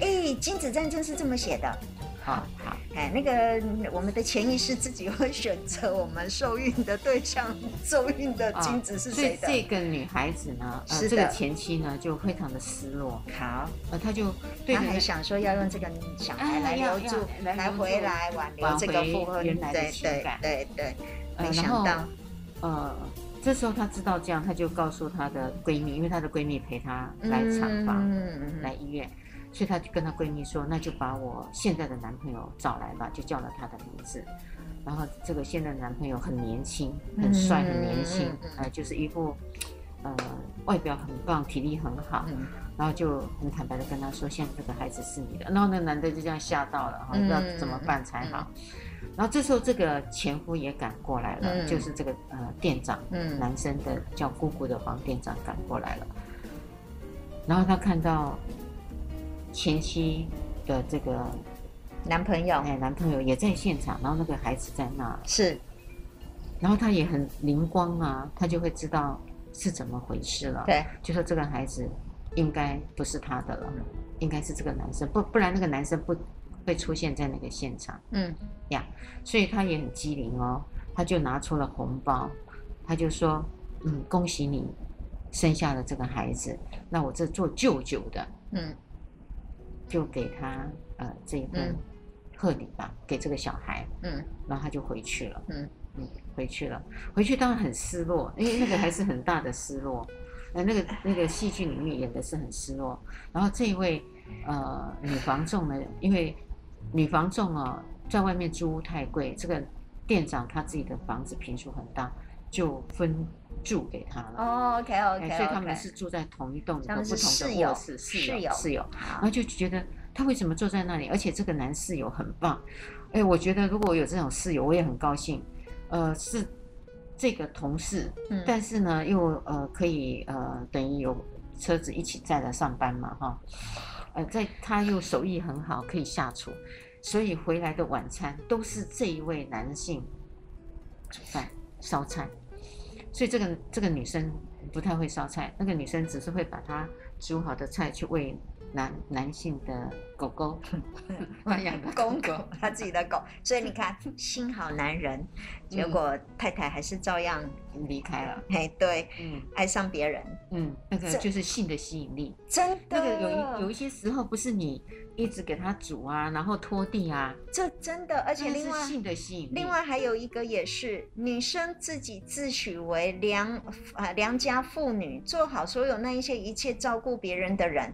哎，《精子战争》是这么写的，好好，哎，那个我们的潜意识自己会选择我们受孕的对象，受孕的啊精子是所以谁的。这个女孩子呢，呃，是这个的前妻呢就非常的失落，好，呃，她就对他着还那想说要用这个小啊孩来要留住，要来留住回来挽留这个复挽回婚，原来的对情对感对对，呃没然想后到，呃，这时候她知道这样，她就告诉她的闺蜜，因为她的闺蜜陪她来产房、嗯来医院，所以她就跟她闺蜜说，那就把我现在的男朋友找来吧，就叫了他的名字。然后这个现在的男朋友很年轻，很帅，嗯很年轻嗯嗯，呃，就是一副呃外表很棒，体力很好，嗯然后就很坦白的跟她说，现在这个孩子是你的。然后那男的就这样吓到了，哈，不知道怎么办才好。然后这时候这个前夫也赶过来了，嗯就是这个呃店长，嗯男生的叫姑姑的黄店长赶过来了。然后他看到前妻的这个男朋友哎男朋友也在现场，然后那个孩子在那，是然后他也很灵光啊，他就会知道是怎么回事了。对，就说这个孩子应该不是他的了，应该是这个男生，不不然那个男生不会出现在那个现场嗯呀。所以他也很机灵哦，他就拿出了红包，他就说：“嗯，恭喜你生下了这个孩子，那我这做舅舅的嗯就给他呃这一份嗯贺礼吧，给这个小孩。”嗯然后他就回去了。嗯嗯，回去了，回去当然很失落，因为那个还是很大的失落。那那个那个戏剧里面演的是很失落。然后这一位呃女房仲呢，因为女房仲哦，在外面租屋太贵，这个店长他自己的房子平数很大，就分住给他了。哦，OK 哎 OK，所以他们是住在同一栋的他们不是同室的卧友室，室室友友室友，然后就觉得他为什么坐在那里？而且这个男室友很棒，哎，我觉得如果我有这种室友，我也很高兴。呃，是这个同事，嗯但是呢，又呃可以呃等于有车子一起载来上班嘛，哈，呃，在他又手艺很好，可以下厨，所以回来的晚餐都是这一位男性煮饭烧菜，所以这个这个女生不太会烧菜，那个女生只是会把她煮好的菜去喂男男性的狗狗，外养的公狗，他自己的狗，所以你看，心好男人，嗯结果太太还是照样，离开了，哎，对，嗯爱上别人，嗯，那个这就是性的吸引力。真的，那个有一有一些时候不是你一直给他煮啊，然后拖地啊，这真的，而且那另外是性的吸引力。另外还有一个也是，女生自己自诩为良啊、良家妇女，做好所有那一些一切照顾别人的人，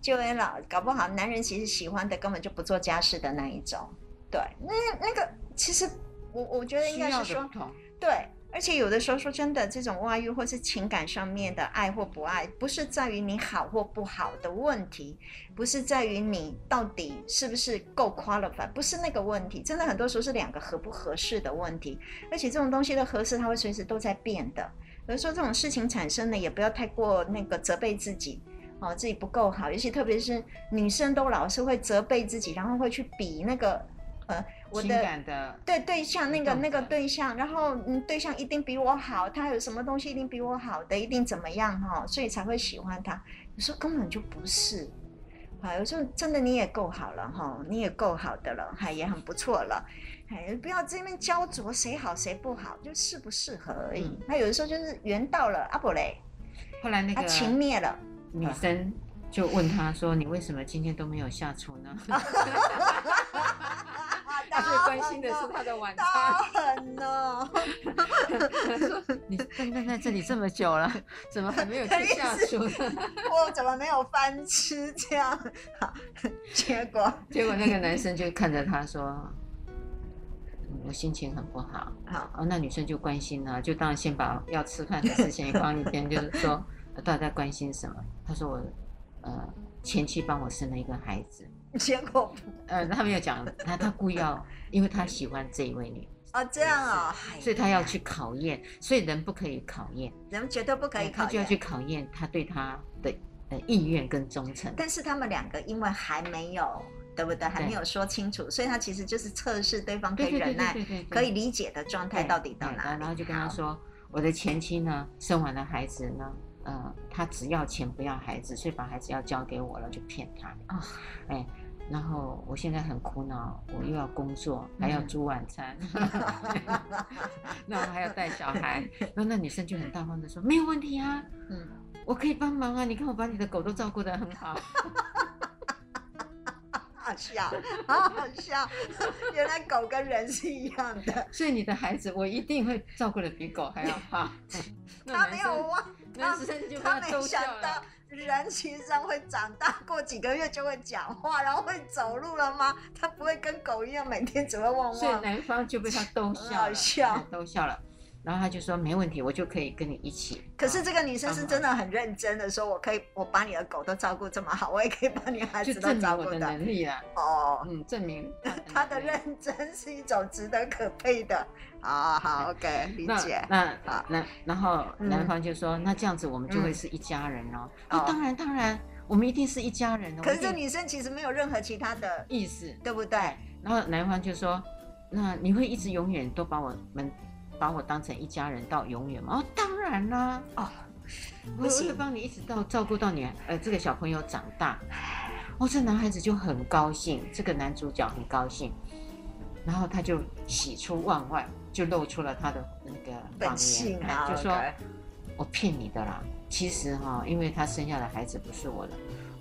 就会老搞不好男人其实喜欢的根本就不做家事的那一种。对，那那个其实我我觉得应需该要是的说不同，对。而且有的时候说真的，这种外遇或是情感上面的爱或不爱，不是在于你好或不好的问题，不是在于你到底是不是够 qualified，不是那个问题。真的很多时候是两个合不合适的问题，而且这种东西的合适，它会随时都在变的。比如说这种事情产生呢，也不要太过那个责备自己。哦，自己不够好，尤其特别是女生都老是会责备自己，然后会去比那个，呃，我情的感的对对象那个动那个的对象，然后嗯，对象一定比我好，他有什么东西一定比我好的，一定怎么样哈、所以才会喜欢他。有时候根本就不是，啊，有时候真的你也够好了哈、你也够好的了，还也很不错了，哎，不要这边焦灼谁好谁不好，就适不适合而已嗯。那、有的时候就是缘到了阿伯嘞，后来那他、个啊情灭了，女生就问他说：“你为什么今天都没有下厨呢？”啊 (laughs) 他最啊关心的是他的晚餐。很啊哦， (laughs) 你笨笨在这里这么久了，怎么还没有去下厨呢？ (laughs) 我怎么没有饭吃这样？ (laughs) 好，结果。结果那个男生就看着他说：“嗯我心情很不好。”好，哦，那女生就关心了，就当然先把要吃饭的事情放一边，就是说呃到底在关心什么？她说我呃前妻帮我生了一个孩子， (laughs) 结果呃，她没有讲，她她故意要，因为她喜欢这一位女，哦，这样哦，哎呀所以她要去，考验，所以人不可以考验，哎人绝对不可以考她验。就要去考验她对他的呃意愿跟忠诚。但是他们两个因为还没有，对不对？还没有说清楚，所以他其实就是测试对方可对以对对忍对耐、对对，可以理解的状态对到底到对哪里。然后就跟他好，说，我的前妻呢，生完了孩子呢，呃，她只要钱不要孩子，所以把孩子要交给我了，就骗他。哦哎，然后我现在很苦恼，我又要工作，还要嗯煮晚 (laughs) 餐，那我还要带小孩。然后那女生就很大方的说，没有问题啊，嗯，我可以帮忙啊，你看我把你的狗都照顾得很 (laughs) 好。好笑，好好笑， (laughs) 原来狗跟人是一样的，所以你的孩子，我一定会照顾的比狗还要 (laughs) 好。那他男没生有忘，男生就他把他没逗笑想了到。人其实上会长大，过几个月就会讲话，然后会走路了吗？他不会跟狗一样每天只会汪所以汪。男方就被他逗笑啊很好了，笑哎逗笑了。然后他就说没问题，我就可以跟你一起。可是啊这个女生是真的很认真的说，我可以，我把你的狗都照顾这么好，我 (laughs) 也可以把你孩就子都证明照我顾的的。能力啊， (laughs) 哦，嗯，证明他她的能力。认真是一种值得可佩的。(laughs) 好好，OK，理解那。那啊那然后嗯男方就说，那这样子我们就会嗯是一家人哦。哦那当然当然，我们一定是一家人的。可我是一这定女生其实没有任何其他的，意思，对不对？然后男方就说，那你会一直永远都把我们把我当成一家人到永远吗？哦，当然啦。哦，我不我行会帮你一直到照顾到你呃这个小朋友长 (sighs) 大。哦，这男孩子就很高兴，这个男主角很高兴，然后他就喜出望外，就露出了他的那个本谎性言，啊哎就说 OK 我骗你的啦。其实哈、因为他生下的孩子不是我的，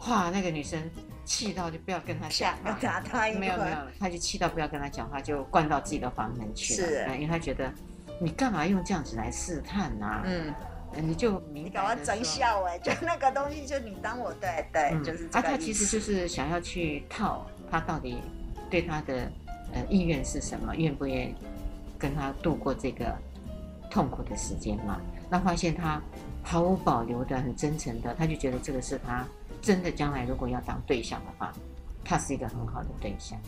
哇，那个女生气到就不要跟他讲想话，打她一没有没有顿。，他就气到不要跟他讲话，就灌到自己的房门去了。是嗯因为他觉得你干嘛用这样子来试探呐、啊？嗯，你就明你搞白我地整说笑哎、就那个东西，就你当我对对，嗯就是这啊，个他意其思实就是想要去套他到底对他的呃意愿是什么，愿不愿意跟他度过这个痛苦的时间嘛？那发现他毫无保留的、很真诚的，他就觉得这个是他真的将来如果要当对象的话，他是一个很好的对象。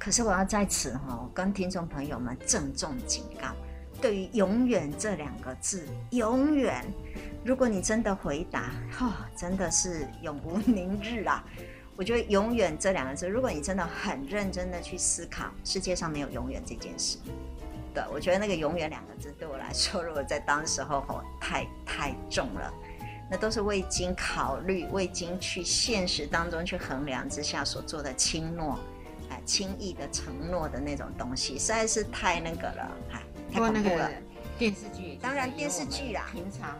可是我要在此哈、跟听众朋友们郑重警告，对于“永远”这两个字，永远，如果你真的回答，哦，真的是永无宁日啊！ (laughs) 我觉得“永远”这两个字，如果你真的很认真的去思考，世界上没有永远这件事。对，我觉得那个“永远”两个字对我来说，如果在当时候吼、太太重了。那都是未经考虑、未经去现实当中去衡量之下所做的轻诺，啊轻易的承诺的那种东西，实在是太那个了，哎，太不过恐那怖个了。电视剧也就是当然以电视剧啦我们平常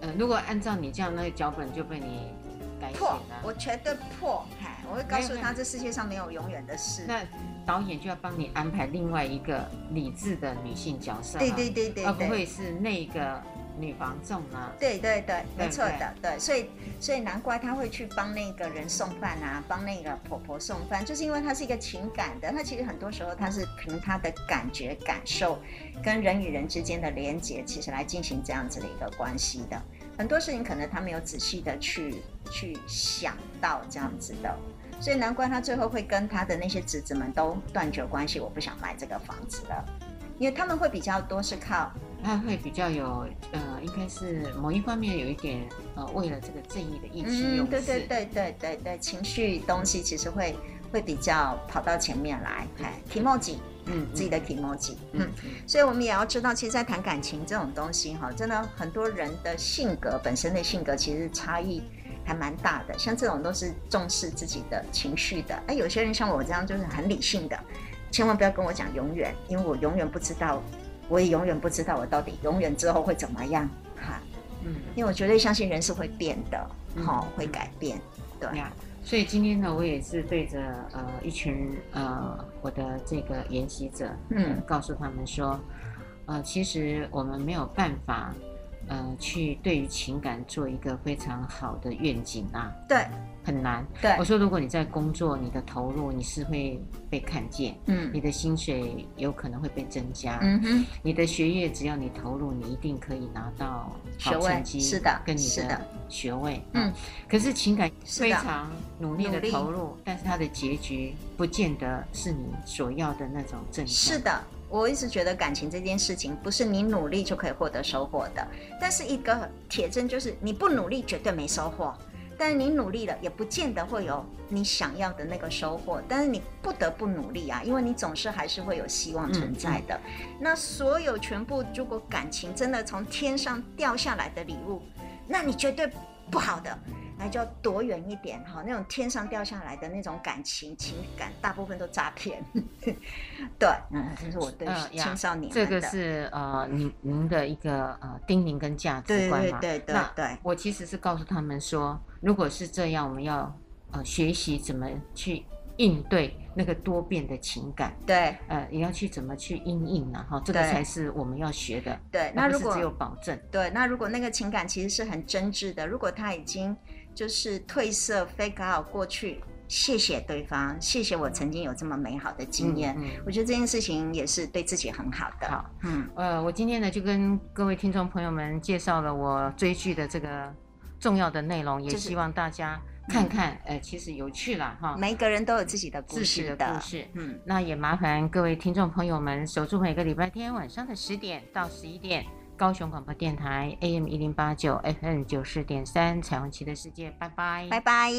呃，如果按照你这样，那个脚本就被你改写破，了。我绝对破！哎，我会告诉啊没有没他，有这世界上没有永远的事。那导演就要帮你安排另外一个理智的女性角色，对对对对而不对。会是那个女房仲啊。对对对，没错对的，对，所以所以难怪他会去帮那个人送饭啊，帮那个婆婆送饭，就是因为他是一个情感的，他其实很多时候他是凭他的感觉、感受跟人与人之间的连接，其实来进行这样子的一个关系的。很多事情可能他没有仔细的去去想到这样子的，所以难怪他最后会跟他的那些侄子们都断绝关系，我不想买这个房子了，因为他们会比较多是靠他会比较有呃，应该是某一方面有一点呃，为了这个正义的意气用事。嗯对对对对对对，情绪东西其实会会比较跑到前面来，哎，emoji，嗯，嗯自己的 emoji，嗯。嗯嗯所以我们也要知道，其实，在谈感情这种东西哈，真的很多人的性格本身的性格其实差异还蛮大的。像这种都是重视自己的情绪的，哎，有些人像我这样就是很理性的，千万不要跟我讲永远，因为我永远不知道，我也永远不知道我到底永远之后会怎么样哈。嗯因为我绝对相信人是会变的，嗯好、会改变。对呀。所以今天呢，我也是对着呃一群呃我的这个研习者，嗯告诉他们说，呃，其实我们没有办法，呃，去对于情感做一个非常好的愿景啊，对很难。对我，说，如果你在工作，你的投入你是会被看见，你嗯的薪水有可能会被增加，嗯哼，你的学业只要你投入，你一定可以拿到学好位成绩，是的跟你是的学位，啊嗯。可是情感是非的常努力努的力投入，但是它的结局不见得是你所要的那种正向。是的，我一直觉得感情这件事情不是你努力就可以获得收获的，但是一个铁证就是你不努力绝对没收获，但是你努力了也不见得会有你想要的那个收获，但是你不得不努力啊，因为你总是还是会有希嗯望存在的。那所有全部如果感情真的从天上掉下来的礼物，那你绝对不好的。那就要躲远一点哈，那种天上掉下来的那种感情情感，大部分都诈骗。 (laughs) 对，嗯，这是我对呃呀青少年这个的是呃您您的一个呃叮咛跟价值对观对嘛。对对那对，我其实是告诉他们说，如果是这样，我们要呃学习怎么去应对那个多变的情感，对呃，也要去怎么去应应啊，哈，这个对才是我们要学的。对。那而不如是果只有保证，对，那如果那个情感其实是很真挚的，如果他已经就是褪色、fake out 过去，谢谢对方，谢谢我曾经有这么美好的经验，嗯嗯我觉得这件事情也是对自己很好的。好，嗯，呃，我今天呢就跟各位听众朋友们介绍了我追剧的这个重要的内容，也就是嗯希望大家看看，呃，其实有趣啦，哈，每一个人都有自己的故自己事的故事。嗯，那也麻烦各位听众朋友们守住每个礼拜天晚上的十点到十一点，高雄广播电台 AM 一零八九 FM 九四点三《彩虹旗的世界》，拜拜，拜拜。